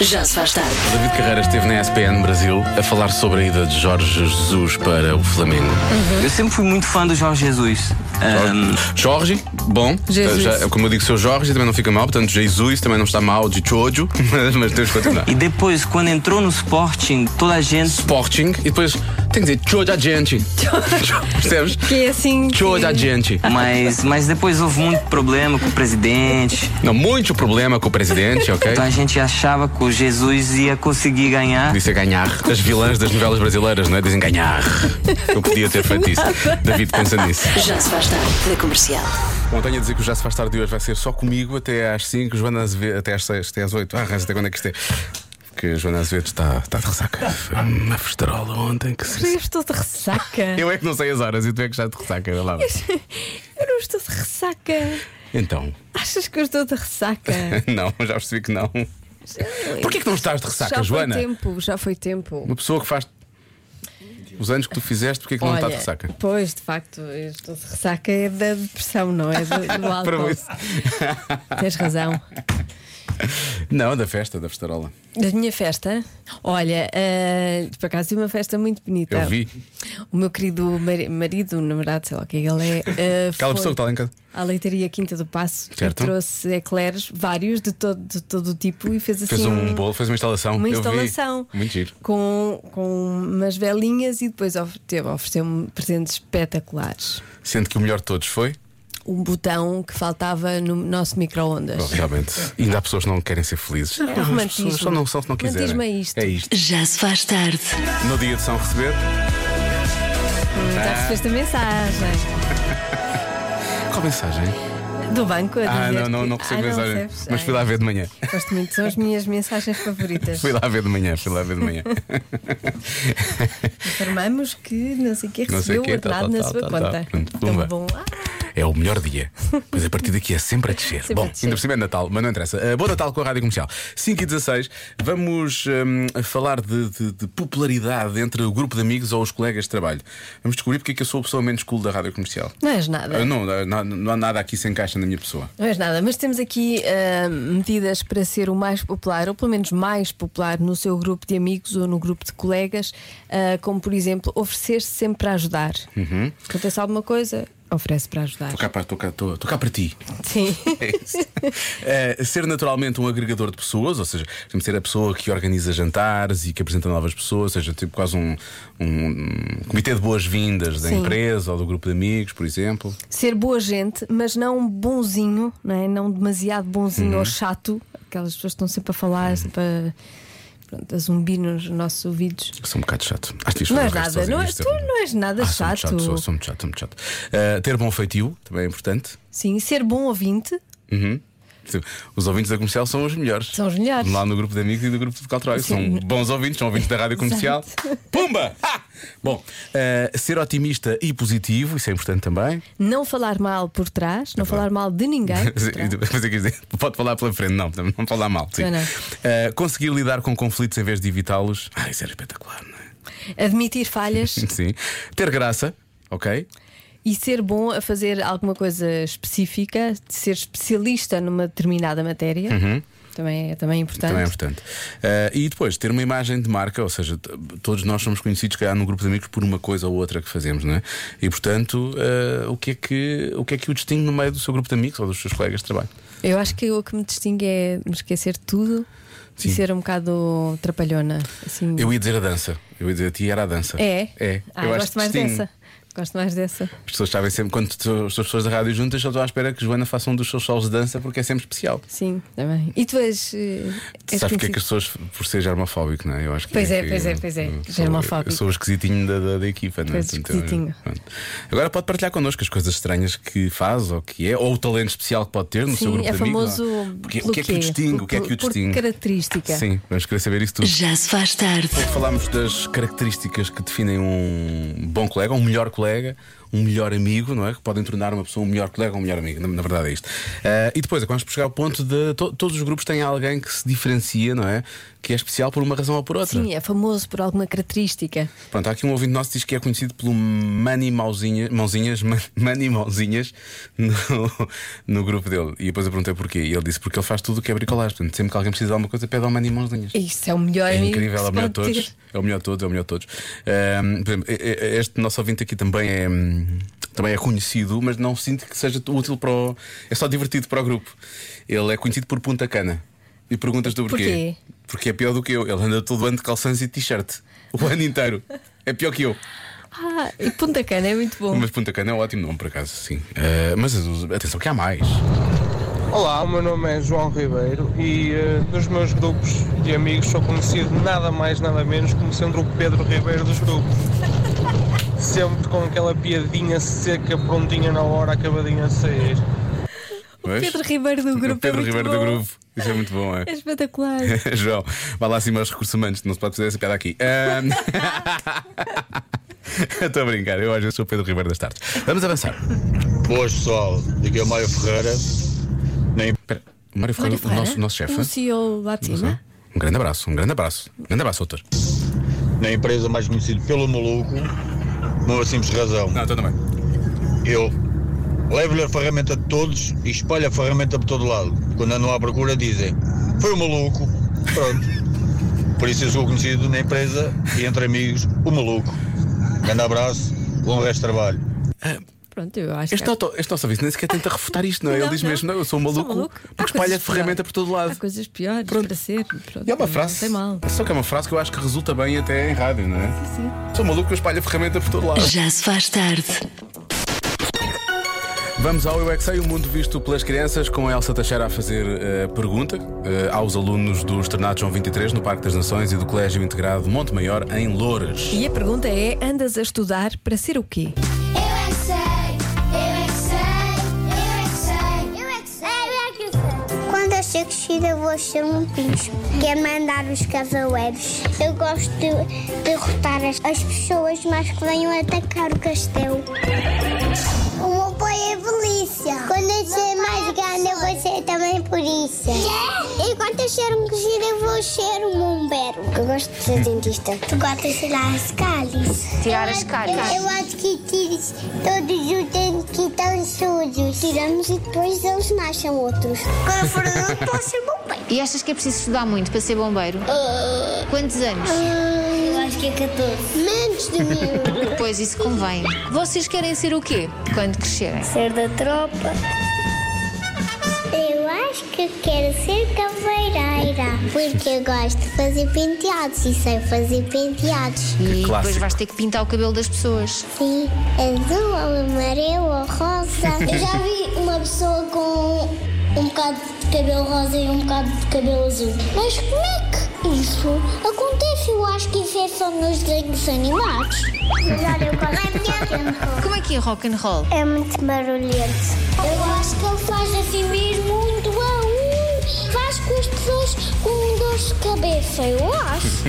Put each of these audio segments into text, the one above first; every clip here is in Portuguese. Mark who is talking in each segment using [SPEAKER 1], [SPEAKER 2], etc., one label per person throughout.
[SPEAKER 1] Já se faz tarde.
[SPEAKER 2] David Carreira esteve na SPN Brasil a falar sobre a ida de Jorge Jesus para o Flamengo.
[SPEAKER 3] Eu sempre fui muito fã do Jorge Jesus. Ahm,
[SPEAKER 2] Jorge, bom.
[SPEAKER 4] Jesus.
[SPEAKER 2] eh, já- como eu digo, seu Jorge também não fica mal, portanto, Jesus também não está mal de Chojo, mas, mas temos que continuar.
[SPEAKER 3] e depois, quando entrou no Sporting, toda a gente.
[SPEAKER 2] Sporting, e depois tem que dizer Chojo a gente. Percebes?
[SPEAKER 4] Que é assim. que-
[SPEAKER 2] Chojo a gente.
[SPEAKER 3] Mas, mas depois houve muito problema com o presidente.
[SPEAKER 2] Não, muito problema com o presidente, ok?
[SPEAKER 3] Então a gente achava que o Jesus ia conseguir ganhar.
[SPEAKER 2] Disse a ganhar. As vilãs das novelas brasileiras, não é? Dizem ganhar. Eu podia ter feito isso. David pensa nisso.
[SPEAKER 1] Já se faz tarde na comercial.
[SPEAKER 2] Bom, tenho a dizer que o Já Se Faz Tarde de hoje vai ser só comigo até às 5, Joana Azevedo, até às 6, até às 8. Ah, arranja até quando é que isto é? Que a Joana Azevedo está, está de ressaca. Foi uma festarola ontem que
[SPEAKER 4] Eu
[SPEAKER 2] se...
[SPEAKER 4] estou de ressaca. Eu...
[SPEAKER 2] Eu é que não sei as horas e tu é que já te ressaca. olha lá.
[SPEAKER 4] não estou de ressaca.
[SPEAKER 2] Então,
[SPEAKER 4] Achas que eu estou de ressaca?
[SPEAKER 2] não, já percebi que não. Porquê que não estás de ressaca,
[SPEAKER 4] já
[SPEAKER 2] Joana?
[SPEAKER 4] foi tempo, já foi tempo.
[SPEAKER 2] Uma pessoa que faz os anos que tu fizeste, porquê que não está de ressaca?
[SPEAKER 4] Pois, de facto, eu estou de ressaca é da depressão, não é? Do, do álcool.
[SPEAKER 2] Para isso.
[SPEAKER 4] Tens razão.
[SPEAKER 2] Não, da festa, da festarola.
[SPEAKER 4] Da minha festa, olha, eh, por acaso tive uma festa muito bonita.
[SPEAKER 2] Eu vi.
[SPEAKER 4] O meu querido mari- marido, namorado, sei lá o que é que ele é. eh,
[SPEAKER 2] Aquela
[SPEAKER 4] foi
[SPEAKER 2] pessoa que está lá em casa.
[SPEAKER 4] À leitaria Quinta do Passo e
[SPEAKER 2] Certo.
[SPEAKER 4] trouxe eclairs, vários de todo, de todo o tipo, e fez assim.
[SPEAKER 2] Fez um bolo, fez uma instalação.
[SPEAKER 4] Uma
[SPEAKER 2] Eu vi.
[SPEAKER 4] instalação
[SPEAKER 2] Muito giro.
[SPEAKER 4] com, com umas velinhas e depois of- teve- ofereceu-me presentes espetaculares.
[SPEAKER 2] Sendo que o melhor de todos foi.
[SPEAKER 4] Um botão que faltava no nosso
[SPEAKER 2] Bom,
[SPEAKER 4] micro-ondas.
[SPEAKER 2] realmente, ainda há pessoas que não querem ser felizes.
[SPEAKER 4] É romantismo.
[SPEAKER 2] Só não são se não quiserem.
[SPEAKER 4] Romantismo é isto.
[SPEAKER 2] É isto.
[SPEAKER 1] Já se faz tarde.
[SPEAKER 2] No dia de São Receber,
[SPEAKER 4] Já recebeste a mensagem
[SPEAKER 2] qual mensagem?
[SPEAKER 4] do banco a
[SPEAKER 2] Ah,
[SPEAKER 4] dizer
[SPEAKER 2] não, não, não
[SPEAKER 4] que-
[SPEAKER 2] recebo
[SPEAKER 4] Ah, não
[SPEAKER 2] mensagem.
[SPEAKER 4] recebes?
[SPEAKER 2] Mas
[SPEAKER 4] Ai,
[SPEAKER 2] fui lá ver de manhã.
[SPEAKER 4] Gosto muito, são as minhas mensagens favoritas.
[SPEAKER 2] Fui lá ver de manhã, fui lá ver de manhã.
[SPEAKER 4] Informamos que não sei o que
[SPEAKER 2] Não sei
[SPEAKER 4] recebeu
[SPEAKER 2] quê,
[SPEAKER 4] o
[SPEAKER 2] tal, tal,
[SPEAKER 4] ordenado na
[SPEAKER 2] tal,
[SPEAKER 4] sua
[SPEAKER 2] tal,
[SPEAKER 4] conta.
[SPEAKER 2] tal. Pronto,
[SPEAKER 4] Tão
[SPEAKER 2] pumba.
[SPEAKER 4] bom. Ah,
[SPEAKER 2] É o melhor dia. Mas a partir daqui é sempre a descer.
[SPEAKER 4] Sempre
[SPEAKER 2] Bom,
[SPEAKER 4] a descer.
[SPEAKER 2] ainda por cima é Natal, mas não interessa. Ah, bom Natal com a Rádio Comercial. 5 e 16, vamos hum, a falar de, de- de popularidade entre o grupo de amigos ou os colegas de trabalho. Vamos descobrir porque é que eu sou a pessoa menos cool da Rádio Comercial.
[SPEAKER 4] não és nada.
[SPEAKER 2] Ah, Não, não, não há nada aqui que se encaixa na minha pessoa.
[SPEAKER 4] Não és nada, mas temos aqui ah, medidas para ser o mais popular, ou pelo menos mais popular, no seu grupo de amigos ou no grupo de colegas, ah, como por exemplo, oferecer-se sempre para ajudar.
[SPEAKER 2] Uhum.
[SPEAKER 4] Acontece alguma coisa, oferece para ajudar.
[SPEAKER 2] Estou cá, para- estou cá- estou- estou cá para ti.
[SPEAKER 4] Sim.
[SPEAKER 2] É isso. Eh, ser naturalmente um agregador de pessoas, ou seja, temos de ser a pessoa que organiza jantares e que apresenta novas pessoas, ou seja, tipo quase um, um comitê de boas-vindas da
[SPEAKER 4] Sim.
[SPEAKER 2] empresa ou do grupo de amigos, por exemplo.
[SPEAKER 4] Ser boa gente, mas não bonzinho, não, é? não demasiado bonzinho
[SPEAKER 2] Uhum.
[SPEAKER 4] ou chato. Aquelas pessoas que estão sempre a falar, sempre a, pronto, a zumbir nos nossos ouvidos.
[SPEAKER 2] Eu sou um bocado chato. Acho que
[SPEAKER 4] Não és nada, não é, tu não és nada chato.
[SPEAKER 2] Ah, Sou muito chato, sou, sou muito chato, sou muito chato. Eh, ter bom feitio também é importante.
[SPEAKER 4] Sim, ser bom ouvinte
[SPEAKER 2] Uhum. Sim, Os ouvintes da comercial são os melhores.
[SPEAKER 4] São os melhores.
[SPEAKER 2] Lá no grupo de amigos e do grupo de Caltroy. São
[SPEAKER 4] Sim.
[SPEAKER 2] bons ouvintes, são ouvintes da rádio comercial. Pumba! Ha! Bom, eh, ser otimista e positivo, isso é importante também.
[SPEAKER 4] não falar mal por trás,
[SPEAKER 2] É
[SPEAKER 4] não falar mal de ninguém. por trás.
[SPEAKER 2] Mas é que dizer, Pode falar pela frente, não, não falar mal. Sim.
[SPEAKER 4] Não, não.
[SPEAKER 2] Eh, conseguir lidar com conflitos em vez de evitá-los. Ah, isso era espetacular, não é?
[SPEAKER 4] Admitir falhas
[SPEAKER 2] Sim. Ter graça, ok?
[SPEAKER 4] e ser bom a fazer alguma coisa específica, de ser especialista numa determinada matéria. Também, é, também é
[SPEAKER 2] Uhum.
[SPEAKER 4] importante.
[SPEAKER 2] Também é importante. Eh, e depois, ter uma imagem de marca, ou seja, t- todos nós somos conhecidos, se calhar, num grupo de amigos por uma coisa ou outra que fazemos, não é? E portanto, eh, o, que é que, o que é que o distingue no meio do seu grupo de amigos ou dos seus colegas de trabalho?
[SPEAKER 4] Eu acho que o que me distingue é me esquecer de tudo
[SPEAKER 2] Sim.
[SPEAKER 4] e ser um bocado trapalhona. Assim.
[SPEAKER 2] Eu ia dizer a dança, eu ia dizer a ti era a dança.
[SPEAKER 4] É?
[SPEAKER 2] É.
[SPEAKER 4] Ah,
[SPEAKER 2] eu acho
[SPEAKER 4] gosto
[SPEAKER 2] que
[SPEAKER 4] mais
[SPEAKER 2] distingue.
[SPEAKER 4] dessa. Gosto mais dessa.
[SPEAKER 2] As pessoas sabem sempre, quando t- as pessoas da rádio juntas, só estou à espera que Joana faça um dos seus solos de dança porque é sempre especial.
[SPEAKER 4] Sim, também. E tu és. eh, és
[SPEAKER 2] Sabes porque é
[SPEAKER 4] conhecido-
[SPEAKER 2] que as pessoas, por ser germofóbico, não é? Eu acho que
[SPEAKER 4] Pois é,
[SPEAKER 2] que-
[SPEAKER 4] pois é, pois é.
[SPEAKER 2] eu sou-
[SPEAKER 4] Germofóbico.
[SPEAKER 2] Eu sou o esquisitinho da, da, da equipa, não é?
[SPEAKER 4] és
[SPEAKER 2] Portanto, eu-
[SPEAKER 4] esquisitinho.
[SPEAKER 2] pronto. Agora pode partilhar connosco as coisas estranhas que faz ou que é, ou o talento especial que pode ter no
[SPEAKER 4] Sim,
[SPEAKER 2] seu um grupo
[SPEAKER 4] é
[SPEAKER 2] de amigos.
[SPEAKER 4] famoso.
[SPEAKER 2] ou- Porque- O
[SPEAKER 4] pelo
[SPEAKER 2] que é que o
[SPEAKER 4] quê?
[SPEAKER 2] distingue?
[SPEAKER 4] Por-
[SPEAKER 2] O que é que o
[SPEAKER 4] por
[SPEAKER 2] distingue?
[SPEAKER 4] característica.
[SPEAKER 2] Sim, vamos querer saber isso tudo.
[SPEAKER 1] Já se faz tarde.
[SPEAKER 2] Falámos das características que definem um bom colega, um melhor colega, um melhor amigo, não é? Que podem tornar uma pessoa um melhor colega ou um melhor amigo, na, na verdade é isto. Eh, e depois, acabamos por chegar ao ponto de to- todos os grupos têm alguém que se diferencia, não é? Que é especial por uma razão ou por outra.
[SPEAKER 4] Sim, é famoso por alguma característica.
[SPEAKER 2] Pronto, há aqui um ouvinte nosso que diz que é conhecido pelo Mani Mauzinha, Mãozinhas, Ma- Mani Mãozinhas no, no grupo dele. E depois eu perguntei porquê. E ele disse porque ele faz tudo o que é bricolagem. Portanto, sempre que alguém precisa de alguma coisa, pede ao Mani Mãozinhas.
[SPEAKER 4] Isso é o melhor
[SPEAKER 2] É
[SPEAKER 4] amigo
[SPEAKER 2] incrível,
[SPEAKER 4] que
[SPEAKER 2] é
[SPEAKER 4] se
[SPEAKER 2] o melhor de
[SPEAKER 4] pode ter.
[SPEAKER 2] todos. É o melhor de todos, é o melhor de todos. Ahm, por exemplo, e- e- este nosso ouvinte aqui também é, hum, também é conhecido, mas não sinto que seja útil para o. É só divertido para o grupo. Ele é conhecido por Punta Cana. E perguntas-te o porquê.
[SPEAKER 4] Porquê?
[SPEAKER 2] Porque é pior do que eu. Ele anda todo ano de calções e t-shirt. O ano inteiro. É pior que eu.
[SPEAKER 4] Ah, e Punta Cana é muito bom.
[SPEAKER 2] Mas Punta Cana é um ótimo nome, por acaso, sim. Ah, mas atenção, que há mais.
[SPEAKER 5] Olá, o meu nome é João Ribeiro e eh, dos meus grupos de amigos sou conhecido nada mais nada menos como sendo o Pedro Ribeiro dos grupos. Sempre com aquela piadinha seca, prontinha na hora, acabadinha a sair.
[SPEAKER 2] Vês?
[SPEAKER 4] Pedro Ribeiro do grupo.
[SPEAKER 2] O Pedro
[SPEAKER 4] é muito
[SPEAKER 2] Ribeiro
[SPEAKER 4] bom.
[SPEAKER 2] do grupo. Isso é muito bom, é?
[SPEAKER 4] É espetacular.
[SPEAKER 2] João, vai lá acima aos recursos humanos, não se pode fazer essa piada aqui. Ahm. Eu Estou a brincar, eu às vezes sou o Pedro Ribeiro das Tardes. Vamos avançar.
[SPEAKER 6] Boas pessoal, daqui é o Mário Ferreira.
[SPEAKER 2] Espera, o Mário Ferreira, o nosso,
[SPEAKER 4] Mário Ferreira, um assim?
[SPEAKER 2] nosso chefe.
[SPEAKER 4] O CEO lá de cima.
[SPEAKER 2] Um grande abraço, um grande abraço. Um grande abraço, doutor.
[SPEAKER 6] Na empresa mais conhecido pelo maluco, por uma simples razão.
[SPEAKER 2] Não, estou também.
[SPEAKER 6] Eu levo-lhe a ferramenta de todos e espalho a ferramenta por todo lado. Quando andam à procura dizem, foi o maluco. Pronto. Por isso eu sou conhecido na empresa e entre amigos, o maluco. Grande abraço, bom resto de trabalho.
[SPEAKER 4] Pronto, eu acho
[SPEAKER 2] Este,
[SPEAKER 4] que. é
[SPEAKER 2] auto, este nosso aviso nem sequer tenta refutar isto, não é? Ele
[SPEAKER 4] Não,
[SPEAKER 2] diz
[SPEAKER 4] não.
[SPEAKER 2] mesmo, não, eu sou um maluco,
[SPEAKER 4] Há
[SPEAKER 2] porque espalha
[SPEAKER 4] coisas
[SPEAKER 2] ferramenta por
[SPEAKER 4] piores.
[SPEAKER 2] todo lado.
[SPEAKER 4] Há coisas piores
[SPEAKER 2] Pronto.
[SPEAKER 4] para ser. Pronto,
[SPEAKER 2] E é uma
[SPEAKER 4] não
[SPEAKER 2] frase.
[SPEAKER 4] tem mal.
[SPEAKER 2] Só que é uma frase que eu acho que resulta bem até em rádio, não é?
[SPEAKER 4] Sim.
[SPEAKER 2] Sou maluco que espalha ferramenta por todo lado.
[SPEAKER 1] Já se faz tarde.
[SPEAKER 2] Vamos ao Eu é Que Sei, o mundo visto pelas crianças, com a Elsa Teixeira a fazer eh, pergunta eh, aos alunos do Externato João 23, no Parque das Nações e do Colégio Integrado Monte Maior, em Loures.
[SPEAKER 4] E a pergunta é: andas a estudar para ser o quê?
[SPEAKER 7] Eu é que sei, eu é que sei, eu é que sei, eu é que sei, eu é que sei, eu é que sei. Quando eu ser crescida vou ser um príncipe. Quero mandar os cavaleiros. Eu gosto de derrotar as, as pessoas, mas que venham atacar o castelo. O meu pai é polícia. Quando eu ser mais grande eu vou ser também polícia. E quando eu ser um crescido eu vou ser um bombeiro. Eu gosto de ser dentista. Tu gostas de tirar as cálices?
[SPEAKER 8] Tirar as cáries.
[SPEAKER 7] Eu acho que tiras todos os dentes que estão sujos. Tiramos e depois eles nascem outros. Quando for adulto, posso ser bom pai.
[SPEAKER 8] E achas que é preciso estudar muito para ser bombeiro? Quantos anos?
[SPEAKER 7] Eu acho que é 14. Menos de mil.
[SPEAKER 8] Pois isso convém. Vocês querem ser o quê quando crescerem?
[SPEAKER 7] ser da tropa. Eu acho que quero ser caveireira. Porque eu gosto de fazer penteados e sei fazer penteados.
[SPEAKER 8] E depois
[SPEAKER 2] clássico.
[SPEAKER 8] vais ter que pintar o cabelo das pessoas.
[SPEAKER 7] Sim, azul, ou amarelo ou rosa. Eu já vi uma pessoa com um bocado de cabelo rosa e um bocado de cabelo azul. Mas como é que isso acontece? Eu acho que isso é só nos desenhos animados. Melhor eu gosto
[SPEAKER 8] Como é que é rock and roll?
[SPEAKER 7] É muito barulhento. Eu acho que ele faz assim mesmo um do a um. Faz com os tesouros com dor de cabeça, eu acho.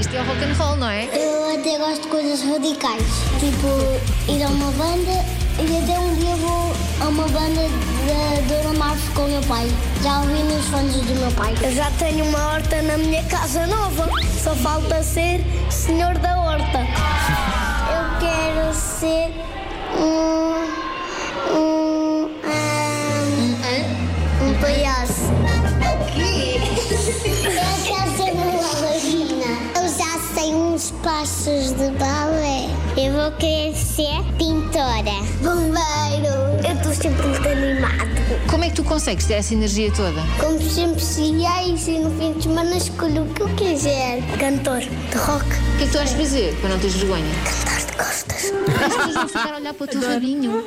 [SPEAKER 8] Isto é o rock and roll, não é?
[SPEAKER 7] Eu até gosto de coisas radicais, tipo ir a uma banda e até um dia vou a uma banda da Dona Marfo com o meu pai. Já ouvi nos fones do meu pai. Eu já tenho uma horta na minha casa nova, só falta ser senhor da horta. Eu quero ser um. um. um, um palhaço. O quê? Eu quero ser uma bailarina. Eu já sei uns passos de balé. Eu vou querer ser pintora. Bombeiro. Eu estou sempre muito animado.
[SPEAKER 8] Como é que tu consegues ter essa energia toda?
[SPEAKER 7] Como sempre, cereais e no fim de semana escolho o que eu quiser. Cantor de rock.
[SPEAKER 8] O que é que tu vais fazer para não teres vergonha?
[SPEAKER 7] Cantor de costas.
[SPEAKER 8] As pessoas vão ficar a olhar para o teu rabinho.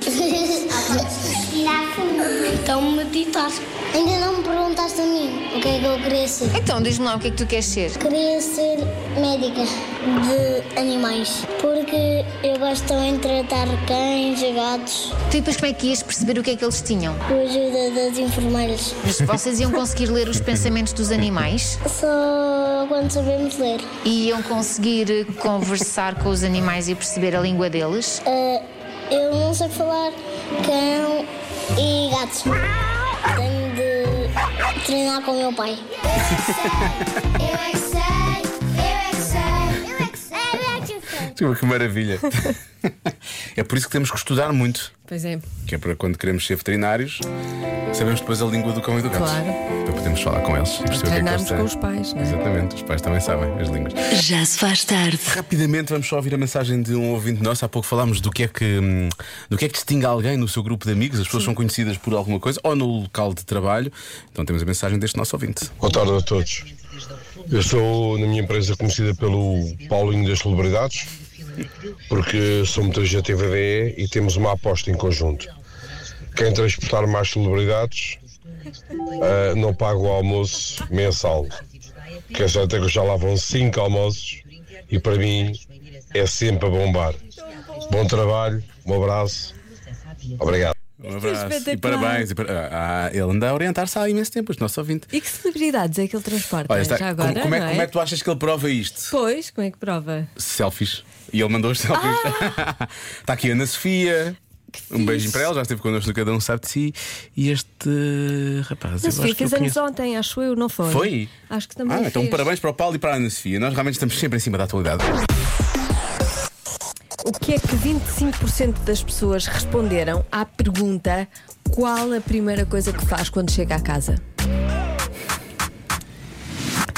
[SPEAKER 7] Então meditar. Ainda não me perguntaste a mim o que é que eu queria ser.
[SPEAKER 8] Então diz-me lá o que é que tu queres ser.
[SPEAKER 7] Queria ser médica de animais, porque eu gosto também de tratar cães, gatos,
[SPEAKER 8] Tu e depois como é que ias perceber o que é que eles tinham?
[SPEAKER 7] com a ajuda das enfermeiras.
[SPEAKER 8] Mas vocês iam conseguir ler os pensamentos dos animais?
[SPEAKER 7] Só quando sabemos ler.
[SPEAKER 8] E iam conseguir conversar com os animais e perceber a língua deles?
[SPEAKER 7] Ah, eu não sei falar cão e gatos. Tenho de treinar com o meu pai. Eu é que sei, eu é que sei, eu é que sei, eu é que sei.
[SPEAKER 2] Desculpa, que maravilha. é por isso que temos que estudar muito,
[SPEAKER 4] Pois é.
[SPEAKER 2] que é para quando queremos ser veterinários, sabemos depois a língua do cão e do gato.
[SPEAKER 4] Claro.
[SPEAKER 2] Para podermos falar com eles e perceber o que é que eles
[SPEAKER 4] Treinarmos
[SPEAKER 2] têm.
[SPEAKER 4] com os pais, não é?
[SPEAKER 2] Exatamente, os pais também sabem as línguas.
[SPEAKER 1] Já se faz tarde.
[SPEAKER 2] Rapidamente vamos só ouvir a mensagem de um ouvinte nosso. Há pouco falámos do que é que hum, do que é que distingue alguém no seu grupo de amigos. As pessoas são conhecidas por alguma coisa ou no local de trabalho. Então temos a mensagem deste nosso ouvinte.
[SPEAKER 9] Boa tarde a todos. Eu sou, na minha empresa, conhecida pelo Paulinho das Celebridades, porque somos da GTVDE e temos uma aposta em conjunto. Quem transportar mais celebridades ah, não paga o almoço mensal. Quer dizer, até que já lá vão cinco almoços e para mim é sempre a bombar. Bom trabalho, um abraço, obrigado.
[SPEAKER 2] Um abraço e
[SPEAKER 4] espetacular.
[SPEAKER 2] parabéns. E para- Ah, ah, ele anda a orientar-se há imenso tempo, este nosso ouvinte.
[SPEAKER 4] E que celebridades é que ele transporta?
[SPEAKER 2] Olha, está-
[SPEAKER 4] Já
[SPEAKER 2] como,
[SPEAKER 4] agora,
[SPEAKER 2] como é,
[SPEAKER 4] não
[SPEAKER 2] como é que tu achas que ele prova isto?
[SPEAKER 4] Pois, como é que prova?
[SPEAKER 2] Selfies. E ele mandou os
[SPEAKER 4] Ah!
[SPEAKER 2] selfies. Está aqui a Ana Sofia. Um beijinho para ela, já esteve connosco no Cada Um Sabe de Si. E este rapaz. eu
[SPEAKER 4] Não sei,
[SPEAKER 2] acho que eu
[SPEAKER 4] fez anos
[SPEAKER 2] conheço.
[SPEAKER 4] ontem, acho eu, não foi?
[SPEAKER 2] Foi?
[SPEAKER 4] Acho que também
[SPEAKER 2] Ah, então
[SPEAKER 4] fez.
[SPEAKER 2] parabéns para o Paulo e para a Ana Sofia. Nós realmente estamos sempre em cima da atualidade.
[SPEAKER 4] O que é que 25% das pessoas responderam à pergunta qual a primeira coisa que faz quando chega à casa?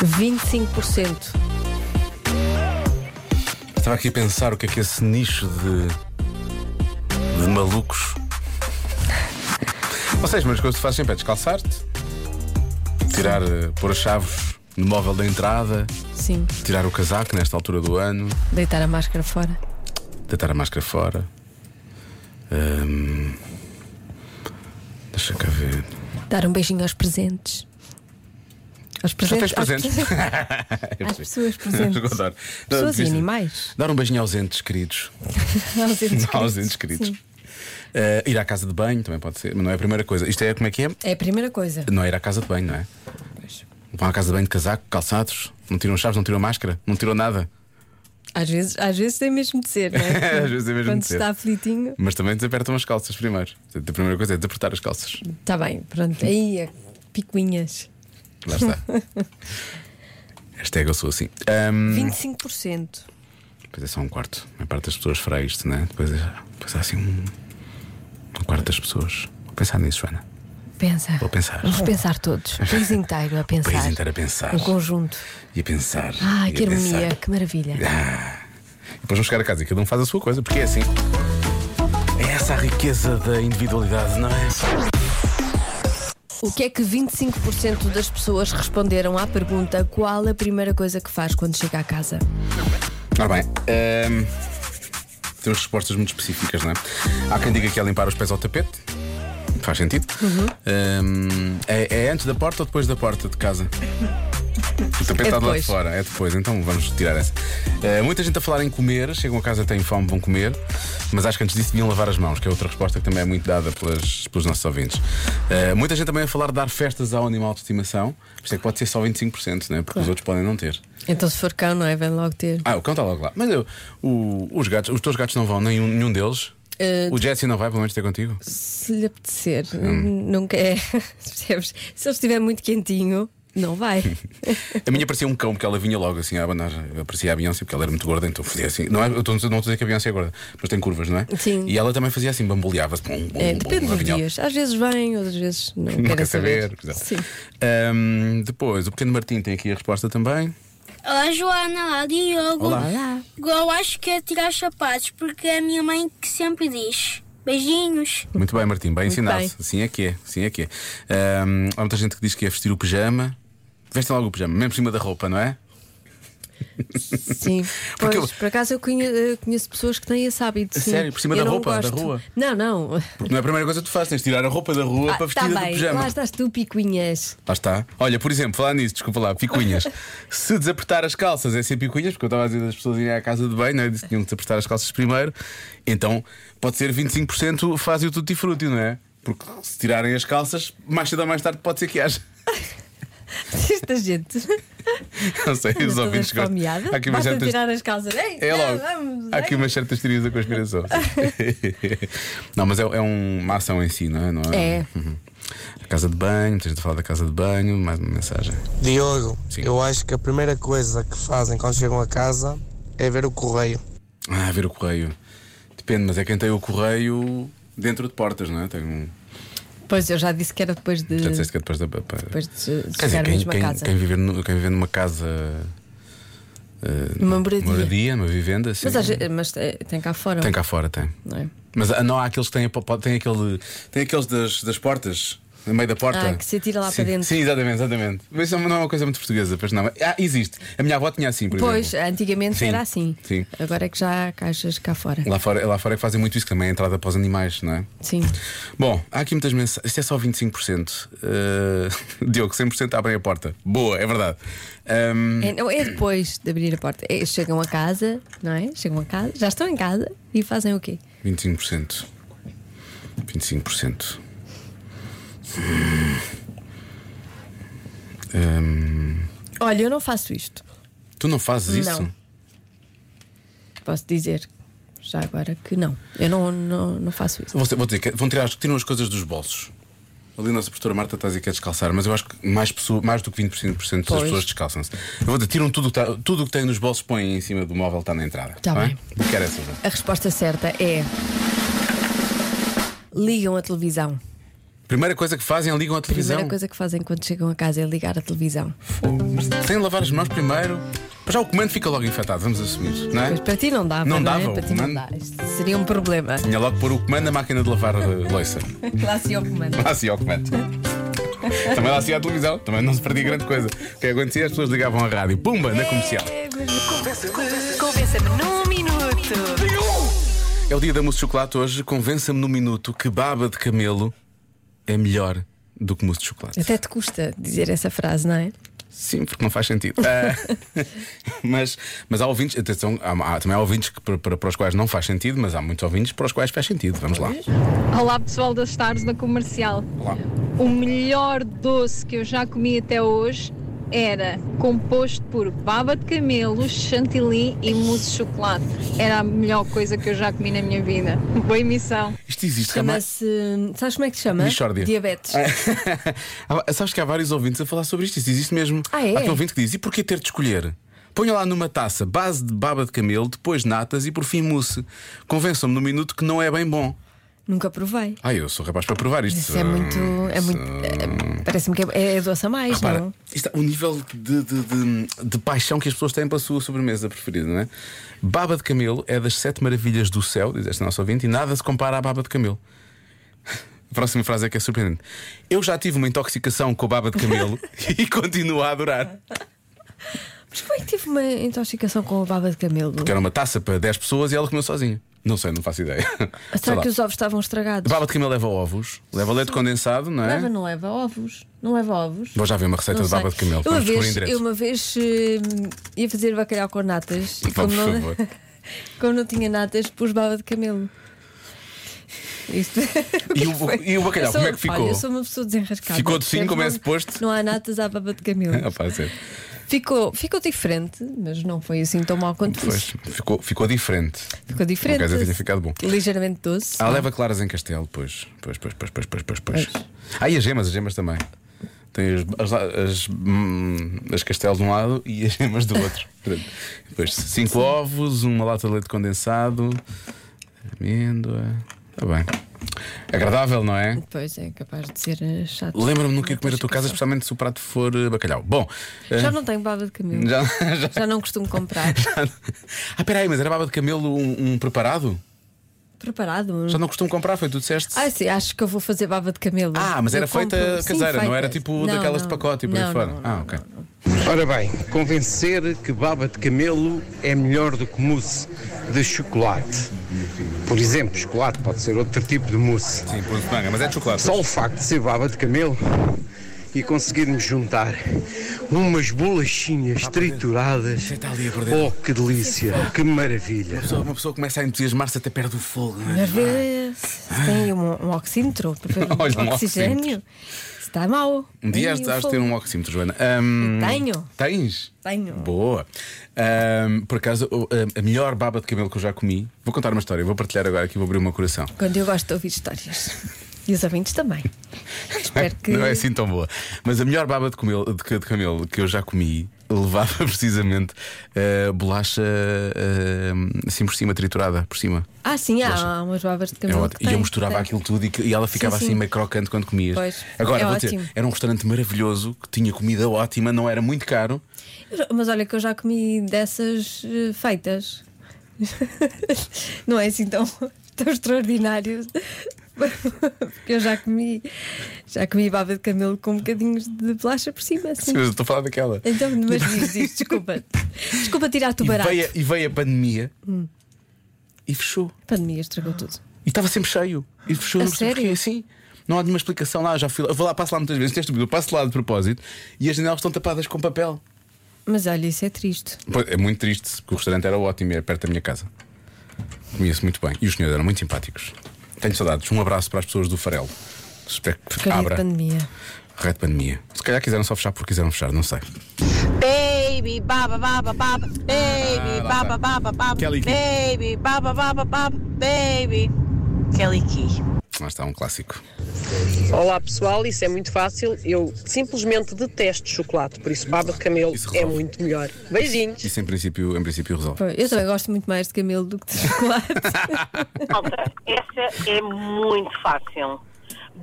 [SPEAKER 4] 25%.
[SPEAKER 2] Estava aqui a pensar o que é que esse nicho de. de malucos. Não sei, mas o que tu fazes sempre é descalçar-te, tirar, eh, pôr as chaves no móvel da entrada,
[SPEAKER 4] Sim,
[SPEAKER 2] tirar o casaco nesta altura do ano,
[SPEAKER 4] deitar a máscara fora.
[SPEAKER 2] deitar a máscara fora. Ahm, deixa cá ver.
[SPEAKER 4] Dar um beijinho aos presentes. Aos
[SPEAKER 2] Já
[SPEAKER 4] presentes.
[SPEAKER 2] tens presentes?
[SPEAKER 4] Às pessoas, às pessoas presentes.
[SPEAKER 2] Agora,
[SPEAKER 4] Pessoas e
[SPEAKER 2] devia-
[SPEAKER 4] animais.
[SPEAKER 2] Dar um beijinho aos entes queridos.
[SPEAKER 4] Aos entes
[SPEAKER 2] aos
[SPEAKER 4] queridos.
[SPEAKER 2] entes queridos.
[SPEAKER 4] Sim.
[SPEAKER 2] Eh, ir à casa de banho também pode ser, mas não é a primeira coisa. Isto é como é que é?
[SPEAKER 4] É a primeira coisa.
[SPEAKER 2] Não é ir à casa de banho, não é? Vão à casa de banho de casaco, calçados, não tiram chaves, não tiram máscara, não tiram nada.
[SPEAKER 4] Às vezes, às vezes tem mesmo de ser, não é?
[SPEAKER 2] Às vezes tem mesmo
[SPEAKER 4] Quando
[SPEAKER 2] de ser.
[SPEAKER 4] está aflitinho.
[SPEAKER 2] Mas também desapertam as calças primeiro. Portanto, A primeira coisa é desapertar as calças.
[SPEAKER 4] Está Tá bem, pronto. Aí, é picuinhas.
[SPEAKER 2] Lá está. Hashtag eu sou assim. Ahm,
[SPEAKER 4] 25%.
[SPEAKER 2] Depois é só um quarto. A maior parte das pessoas fará isto, né? Depois, é- depois há assim um, um quarto das pessoas. Vou pensar nisso, Joana.
[SPEAKER 4] Pensa.
[SPEAKER 2] Vou pensar. Um
[SPEAKER 4] Vamos pensar todos. O país inteiro a pensar.
[SPEAKER 2] país inteiro a pensar.
[SPEAKER 4] Um conjunto.
[SPEAKER 2] E a pensar.
[SPEAKER 4] Ah,
[SPEAKER 2] e
[SPEAKER 4] que
[SPEAKER 2] a pensar.
[SPEAKER 4] harmonia, que maravilha.
[SPEAKER 2] Depois vão chegar a casa e cada um faz a sua coisa, porque é assim. É essa a riqueza da individualidade, não é?
[SPEAKER 4] O que é que 25% das pessoas responderam à pergunta qual a primeira coisa que faz quando chega à casa?
[SPEAKER 2] Ora bem, ahm, temos respostas muito específicas, não é? Há quem diga que é limpar os pés ao tapete. Faz sentido. Ahm, é, é antes da porta ou depois da porta de casa? O tapete
[SPEAKER 4] É
[SPEAKER 2] está do lado de
[SPEAKER 4] depois.
[SPEAKER 2] fora, é depois, então vamos tirar essa. Ah, muita gente a falar em comer, chegam a casa, têm fome, vão comer, mas acho que antes disso deviam lavar as mãos, que é outra resposta que também é muito dada pelas- pelos nossos ouvintes. Ah, muita gente também a falar de dar festas ao animal de estimação, isto é que pode ser só 25%, né? porque os outros podem não ter.
[SPEAKER 4] Então, se for cão, não é? Vem logo ter.
[SPEAKER 2] Ah, o cão está logo lá. Mas eu, o- os gatos, os teus gatos não vão, nenhum, nenhum deles.
[SPEAKER 4] Eh,
[SPEAKER 2] o Jesse não vai, pelo menos ter contigo.
[SPEAKER 4] Se lhe apetecer,
[SPEAKER 2] Hum.
[SPEAKER 4] nunca é. Percebes? Se ele estiver muito quentinho, não vai.
[SPEAKER 2] A minha parecia um cão, porque ela vinha logo assim a abanar. Eu parecia a Beyoncé, porque ela era muito gorda, então fazia assim. Não, é, eu estou- não estou a dizer que a Beyoncé é gorda, mas tem curvas, não é?
[SPEAKER 4] Sim.
[SPEAKER 2] E ela também fazia assim, bamboleava-se. Bum, bum,
[SPEAKER 4] É,
[SPEAKER 2] bum,
[SPEAKER 4] depende
[SPEAKER 2] ela
[SPEAKER 4] dos
[SPEAKER 2] vinha-
[SPEAKER 4] dias. Às vezes vem, outras vezes não,
[SPEAKER 2] Não
[SPEAKER 4] querem
[SPEAKER 2] quer saber. coisa.
[SPEAKER 4] Sim.
[SPEAKER 2] Ahm, depois, o pequeno Martim tem aqui a resposta também.
[SPEAKER 10] Olá, Joana, olá, Diogo.
[SPEAKER 2] Olá.
[SPEAKER 10] Eu acho que é tirar os sapatos, porque é a minha mãe que sempre diz. Beijinhos.
[SPEAKER 2] Muito bem, Martim, bem ensinado.
[SPEAKER 4] bem.
[SPEAKER 2] Assim é que é, assim é que é. Ahm, há muita gente que diz que é vestir o pijama. Vestem logo o pijama, mesmo por cima da roupa, não é?
[SPEAKER 4] Sim,
[SPEAKER 2] Porque
[SPEAKER 4] pois,
[SPEAKER 2] eu-
[SPEAKER 4] por acaso eu conhe- eh, conheço pessoas que têm esse hábito.
[SPEAKER 2] A
[SPEAKER 4] sim.
[SPEAKER 2] sério? Por cima
[SPEAKER 4] Eu
[SPEAKER 2] da
[SPEAKER 4] não
[SPEAKER 2] roupa, da
[SPEAKER 4] gosto.
[SPEAKER 2] rua?
[SPEAKER 4] Não, não.
[SPEAKER 2] Porque não é a primeira coisa que tu fazes, tens de tirar a roupa da rua para
[SPEAKER 4] tá
[SPEAKER 2] vestir a do
[SPEAKER 4] bem,
[SPEAKER 2] pijama.
[SPEAKER 4] lá estás tu, picuinhas.
[SPEAKER 2] Lá está. Olha, por exemplo, falar nisso, desculpa lá, picuinhas. Se desapertar as calças é ser picuinhas, porque eu estava a dizer das pessoas irem à casa de banho, não é? Disse que tinham que desapertar as calças primeiro. Então pode ser 25% fazem o tutti frutti, não é? Porque se tirarem as calças, mais cedo ou mais tarde pode ser que haja.
[SPEAKER 4] Esta gente.
[SPEAKER 2] Não sei, os
[SPEAKER 4] Toda
[SPEAKER 2] ouvintes gostam.
[SPEAKER 4] esfomeada.
[SPEAKER 2] Há aqui umas
[SPEAKER 4] Basta
[SPEAKER 2] certas.
[SPEAKER 4] tirar as calças. Ei,
[SPEAKER 2] É
[SPEAKER 4] não,
[SPEAKER 2] logo.
[SPEAKER 4] vamos,
[SPEAKER 2] Há aqui
[SPEAKER 4] ei.
[SPEAKER 2] umas certas teorias da conspiração. não, mas é, é um- uma ação em si, não é? Não
[SPEAKER 4] É.
[SPEAKER 2] Uhum. A casa de banho, tens de falar da casa de banho, mais uma mensagem.
[SPEAKER 5] Diogo,
[SPEAKER 2] Sim.
[SPEAKER 5] eu acho que a primeira coisa que fazem quando chegam a casa é ver o correio.
[SPEAKER 2] Ah, ver o correio. Depende, mas é quem tem o correio dentro de portas, não é? Tem um...
[SPEAKER 4] Pois eu já disse que era depois de.
[SPEAKER 2] Já disseste que é depois da. pa-
[SPEAKER 4] Hum. Depois de, de
[SPEAKER 2] Quer dizer,
[SPEAKER 4] chegar
[SPEAKER 2] quem,
[SPEAKER 4] mesmo a
[SPEAKER 2] quem,
[SPEAKER 4] casa.
[SPEAKER 2] quem viver nu- quem vive numa casa. eh,
[SPEAKER 4] Numa moradia.
[SPEAKER 2] numa vivenda, sim.
[SPEAKER 4] Mas, às vezes- mas, eh, tem cá fora.
[SPEAKER 2] Tem cá fora, tem.
[SPEAKER 4] Não é?
[SPEAKER 2] Mas ah, não há aqueles que têm, a po- po- têm aquele. Tem aqueles das, das portas. No meio da porta.
[SPEAKER 4] Ah, que se atira lá
[SPEAKER 2] Sim.
[SPEAKER 4] para dentro.
[SPEAKER 2] Sim, exatamente, exatamente. Mas isso não é uma coisa muito portuguesa, pois não. Ah, existe. A minha avó tinha assim, por
[SPEAKER 4] Pois,
[SPEAKER 2] exemplo.
[SPEAKER 4] antigamente
[SPEAKER 2] Sim,
[SPEAKER 4] era assim.
[SPEAKER 2] sim.
[SPEAKER 4] Agora é que já há caixas cá fora.
[SPEAKER 2] Lá fora, lá fora é que fazem muito isso, que também é a entrada para os animais, não é?
[SPEAKER 4] Sim.
[SPEAKER 2] Bom, há aqui muitas mensagens. Isto é só 25%. Eh, Diogo, 100% abrem a porta. Boa, é verdade. Ahm,
[SPEAKER 4] É, não, é depois de abrir a porta. É, chegam a casa, não é? Chegam a casa, já estão em casa e fazem o quê?
[SPEAKER 2] 25%. 25%. Hum. Ahm,
[SPEAKER 4] Olha, eu não faço isto.
[SPEAKER 2] tu não fazes isso?
[SPEAKER 4] Não. Posso dizer já agora que não. Eu não, não, não faço isso.
[SPEAKER 2] Vou, vou dizer que vão tirar, tiram as coisas dos bolsos. Ali a nossa professora Marta está a dizer que é descalçar, mas eu acho que mais, pessoa, mais do que 20% das
[SPEAKER 4] Pois.
[SPEAKER 2] pessoas descalçam-se. Eu vou dizer, tiram tudo o que tá- tudo o que têm nos bolsos, põem em cima do móvel, está na entrada.
[SPEAKER 4] Tá
[SPEAKER 2] Não é?
[SPEAKER 4] bem.
[SPEAKER 2] Do que era essa? Zé?
[SPEAKER 4] A resposta certa é. Ligam a televisão.
[SPEAKER 2] Primeira coisa que fazem é ligam a televisão.
[SPEAKER 4] Primeira coisa que fazem quando chegam a casa é ligar a televisão.
[SPEAKER 2] Sem lavar as mãos primeiro. Mas já o comando fica logo infectado, vamos assumir, não é?
[SPEAKER 4] Mas para ti não dava,
[SPEAKER 2] Não
[SPEAKER 4] não,
[SPEAKER 2] dava,
[SPEAKER 4] é? Para ti
[SPEAKER 2] não-
[SPEAKER 4] não dá. Isto seria um problema.
[SPEAKER 2] Tinha logo que pôr o comando na máquina de lavar eh, loiça.
[SPEAKER 4] Lá se eu comando.
[SPEAKER 2] Lá se ao comando. Também lá se à televisão, também não se perdia grande coisa. O que acontecia? As pessoas ligavam à rádio, pumba, na comercial.
[SPEAKER 4] É,
[SPEAKER 1] Convença-me num minuto.
[SPEAKER 2] É o dia da mousse de chocolate hoje. Convença-me no minuto que baba de camelo é melhor do que mousse de chocolate.
[SPEAKER 4] Até te custa dizer essa frase, não é?
[SPEAKER 2] Sim, porque não faz sentido. Ah, mas, mas há ouvintes, atenção, há- há- também há ouvintes que, para, para- para os quais não faz sentido, mas há muitos ouvintes para os quais faz sentido. Vamos lá.
[SPEAKER 11] Olá pessoal das tardes da comercial.
[SPEAKER 2] Olá.
[SPEAKER 11] O melhor doce que eu já comi até hoje era composto por baba de camelo, chantilly e mousse de chocolate. Era a melhor coisa que eu já comi na minha vida. Boa emissão.
[SPEAKER 2] Isto existe. há mais-
[SPEAKER 4] Chama-se. Sabes como é que se chama?
[SPEAKER 2] Michórdia.
[SPEAKER 4] Diabetes.
[SPEAKER 2] É, Há- Ah, Sabes que há vários ouvintes a falar sobre isto. Isto existe mesmo.
[SPEAKER 4] Ah, é?
[SPEAKER 2] Há aqui um ouvinte que diz: e porquê ter de escolher? Ponha lá numa taça base de baba de camelo, depois natas e por fim mousse. Convençam-me no minuto que não é bem bom.
[SPEAKER 4] Nunca provei.
[SPEAKER 2] Ah, eu sou rapaz para provar isto.
[SPEAKER 4] Isso é muito. É muito é- Parece-me que é, é doce a mais,
[SPEAKER 2] Repara,
[SPEAKER 4] não?
[SPEAKER 2] isto, é o nível de, de- de- de paixão que as pessoas têm pela sua sobremesa preferida, não é? Baba de camelo é das sete maravilhas do céu, diz esta nossa ouvinte, e nada se compara à baba de camelo. A próxima frase é que é surpreendente. Eu já tive uma intoxicação com a baba de camelo e continuo a adorar.
[SPEAKER 4] Mas como é que tive uma intoxicação com a baba de camelo?
[SPEAKER 2] Que era uma taça para 10 pessoas e ela comeu sozinha. Não sei, não faço ideia. Sei
[SPEAKER 4] Ah, Será
[SPEAKER 2] lá.
[SPEAKER 4] que os ovos estavam estragados?
[SPEAKER 2] Baba de camelo leva ovos, leva leite condensado, não é?
[SPEAKER 4] Leva, não leva ovos. Não leva ovos.
[SPEAKER 2] Vou já ver uma receita
[SPEAKER 4] Não
[SPEAKER 2] de baba de
[SPEAKER 4] sei.
[SPEAKER 2] camelo.
[SPEAKER 4] Eu uma
[SPEAKER 2] Vamos descobrir o
[SPEAKER 4] vez,
[SPEAKER 2] endereço.
[SPEAKER 4] eu uma vez hum, ia fazer bacalhau com natas e
[SPEAKER 2] Vá,
[SPEAKER 4] como
[SPEAKER 2] por
[SPEAKER 4] não,
[SPEAKER 2] favor.
[SPEAKER 4] como não tinha natas, pus baba de camelo. Isto.
[SPEAKER 2] E o, e o
[SPEAKER 4] Eu
[SPEAKER 2] bacalhau,
[SPEAKER 4] sou-
[SPEAKER 2] como é que ficou?
[SPEAKER 4] Olha, eu sou uma pessoa desenrascada.
[SPEAKER 2] Ficou de fim,
[SPEAKER 4] Percebes?
[SPEAKER 2] como é
[SPEAKER 4] Não-
[SPEAKER 2] suposto?
[SPEAKER 4] Não há natas à baba de camelo.
[SPEAKER 2] Ah, pá, sério.
[SPEAKER 4] Ficou, ficou diferente, mas não foi assim tão mal quanto
[SPEAKER 2] Pois,
[SPEAKER 4] isso.
[SPEAKER 2] ficou, ficou diferente.
[SPEAKER 4] Ficou
[SPEAKER 2] Não
[SPEAKER 4] diferente.
[SPEAKER 2] quer dizer que tenha ficado bom.
[SPEAKER 4] Ligeiramente doce.
[SPEAKER 2] Ah, leva claras em castelo, pois. Pois, pois, pois, pois, pois, pois. pois. Ah, e as gemas, as gemas também. Tem as, as, as, hum, as castelos de um lado e as gemas do outro. Pronto. Depois cinco ovos, uma lata de leite condensado, amêndoa. Está bem. Agradável, não é?
[SPEAKER 4] Pois é, capaz de ser eh, chato.
[SPEAKER 2] Lembra-me nunca ir comer a tua casa, especialmente se o prato for eh, bacalhau. Bom, eh,
[SPEAKER 4] Já não tenho baba de camelo.
[SPEAKER 2] já, já-
[SPEAKER 4] Já não costumo comprar.
[SPEAKER 2] Ah, peraí, mas era baba de camelo um, um preparado?
[SPEAKER 4] Preparado.
[SPEAKER 2] Já não costumo comprar, foi tu que disseste?
[SPEAKER 4] Ah, sim, acho que eu vou fazer baba de camelo.
[SPEAKER 2] Ah, mas
[SPEAKER 4] Eu
[SPEAKER 2] era feita
[SPEAKER 4] compro- sim,
[SPEAKER 2] caseira, não
[SPEAKER 4] feita.
[SPEAKER 2] era tipo
[SPEAKER 4] Não,
[SPEAKER 2] daquelas
[SPEAKER 4] não.
[SPEAKER 2] de pacote e por
[SPEAKER 4] Não,
[SPEAKER 2] aí fora.
[SPEAKER 4] não,
[SPEAKER 2] ah,
[SPEAKER 4] não,
[SPEAKER 2] ok.
[SPEAKER 12] Ora bem, convencer que baba de camelo é melhor do que mousse de chocolate. Por exemplo, chocolate pode ser outro tipo de mousse.
[SPEAKER 2] Sim, pronto, manga, mas é de chocolate.
[SPEAKER 12] Só o facto de ser baba de camelo e conseguirmos juntar umas bolachinhas trituradas. Oh, que delícia, que maravilha.
[SPEAKER 2] Uma pessoa, uma pessoa começa a entusiasmar-se até perde o fogo, não é?
[SPEAKER 4] Mas vê se tem um, um oxímetro,
[SPEAKER 2] Olha, um
[SPEAKER 4] oxigênio. Está mau.
[SPEAKER 2] Um dia
[SPEAKER 4] Ai,
[SPEAKER 2] has,
[SPEAKER 4] o
[SPEAKER 2] has de
[SPEAKER 4] fogo.
[SPEAKER 2] ter um oxímetro, Joana. Ahm,
[SPEAKER 4] Eu tenho.
[SPEAKER 2] Tens?
[SPEAKER 4] Tenho.
[SPEAKER 2] Boa. Ahm, por acaso, o- a, a melhor baba de cabelo que eu já comi. Vou contar uma história, vou partilhar agora aqui, vou abrir o meu coração.
[SPEAKER 4] Quando eu gosto de ouvir histórias. E os ouvintes também. Espero que.
[SPEAKER 2] Não é assim tão boa. Mas a melhor baba de, comel- de ca- de camelo que eu já comi levava precisamente eh, bolacha eh, assim por cima, triturada por cima.
[SPEAKER 4] Ah, sim, há, há umas babas de
[SPEAKER 2] É
[SPEAKER 4] camelo.
[SPEAKER 2] ótimo.
[SPEAKER 4] que
[SPEAKER 2] e eu
[SPEAKER 4] tem,
[SPEAKER 2] misturava
[SPEAKER 4] tem.
[SPEAKER 2] aquilo tudo e, que- e ela ficava
[SPEAKER 4] Sim,
[SPEAKER 2] assim
[SPEAKER 4] sim.
[SPEAKER 2] meio crocante quando comias.
[SPEAKER 4] Pois.
[SPEAKER 2] Agora,
[SPEAKER 4] É
[SPEAKER 2] vou dizer,
[SPEAKER 4] ótimo.
[SPEAKER 2] era um restaurante maravilhoso que tinha comida ótima, não era muito caro.
[SPEAKER 4] Mas olha que eu já comi dessas eh, feitas. Não é assim tão, tão extraordinário. Porque eu já comi, já comi baba de camelo com bocadinhos de bolacha por cima. Assim.
[SPEAKER 2] Sim, mas eu Estou a falar daquela.
[SPEAKER 4] Então, mas diz, diz, desculpa. Desculpa tirar-te o
[SPEAKER 2] E
[SPEAKER 4] barato.
[SPEAKER 2] veio, e veio a pandemia
[SPEAKER 4] Hum.
[SPEAKER 2] e fechou.
[SPEAKER 4] A pandemia estragou tudo.
[SPEAKER 2] E estava sempre cheio. E fechou,
[SPEAKER 4] A
[SPEAKER 2] não percebo
[SPEAKER 4] sério?
[SPEAKER 2] porquê. Sim. Não há nenhuma explicação lá, já fui lá. Eu vou lá, passo lá muitas vezes, teste eu passo lá de propósito e as janelas estão tapadas com papel.
[SPEAKER 4] Mas olha, isso é triste.
[SPEAKER 2] Pois, É muito triste, porque o restaurante era ótimo e era perto da minha casa. Comia-se muito bem. E os senhores eram muito simpáticos. Tenho saudades. Um abraço para as pessoas do Farelo. Espero que
[SPEAKER 4] Porcaria de
[SPEAKER 2] abra.
[SPEAKER 4] pandemia.
[SPEAKER 2] Rede de pandemia. Se calhar quiseram só fechar porque quiseram fechar, não sei.
[SPEAKER 13] Baby, baba, baba, baba. Baby,
[SPEAKER 2] Ah, lá
[SPEAKER 13] baba,
[SPEAKER 2] está.
[SPEAKER 13] baba, baba.
[SPEAKER 2] Kelly Key.
[SPEAKER 13] Baby, baba, baba, baba. Baby. Kelly Key.
[SPEAKER 2] Lá está um clássico.
[SPEAKER 14] Olá pessoal, isso é muito fácil. Eu simplesmente detesto chocolate, por isso baba de camelo é muito melhor. Beijinhos!
[SPEAKER 2] Isso em princípio, em princípio resolve.
[SPEAKER 4] Pois, Eu também gosto muito mais de camelo do que de chocolate.
[SPEAKER 15] Malta, essa é muito fácil.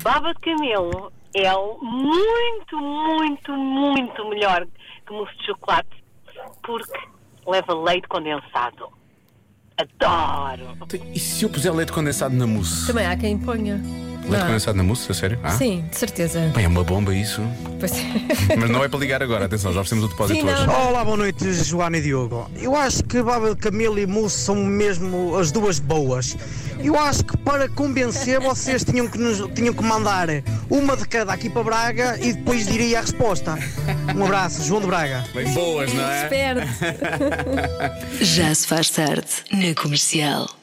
[SPEAKER 15] Baba de camelo é muito, muito, muito melhor que mousse de chocolate porque leva leite condensado. Adoro!
[SPEAKER 2] E se eu puser leite condensado na mousse?
[SPEAKER 4] também há quem ponha.
[SPEAKER 2] Leite
[SPEAKER 4] Ah,
[SPEAKER 2] condensado na mousse? A sério? Ah?
[SPEAKER 4] Sim, de certeza.
[SPEAKER 2] Bem, é uma bomba isso.
[SPEAKER 4] Pois é.
[SPEAKER 2] Mas não é para ligar agora, atenção, já oferecemos o depósito hoje.
[SPEAKER 16] Olá, boa noite, Joana e Diogo. Eu acho que Baba de Camelo e Mousse são mesmo as duas boas. Eu acho que para convencer vocês tinham que, nos- tinham que mandar uma de cada aqui para Braga e depois diria a resposta. Um abraço, João de Braga.
[SPEAKER 2] Bem boas, não é?
[SPEAKER 1] Já se faz tarde na comercial.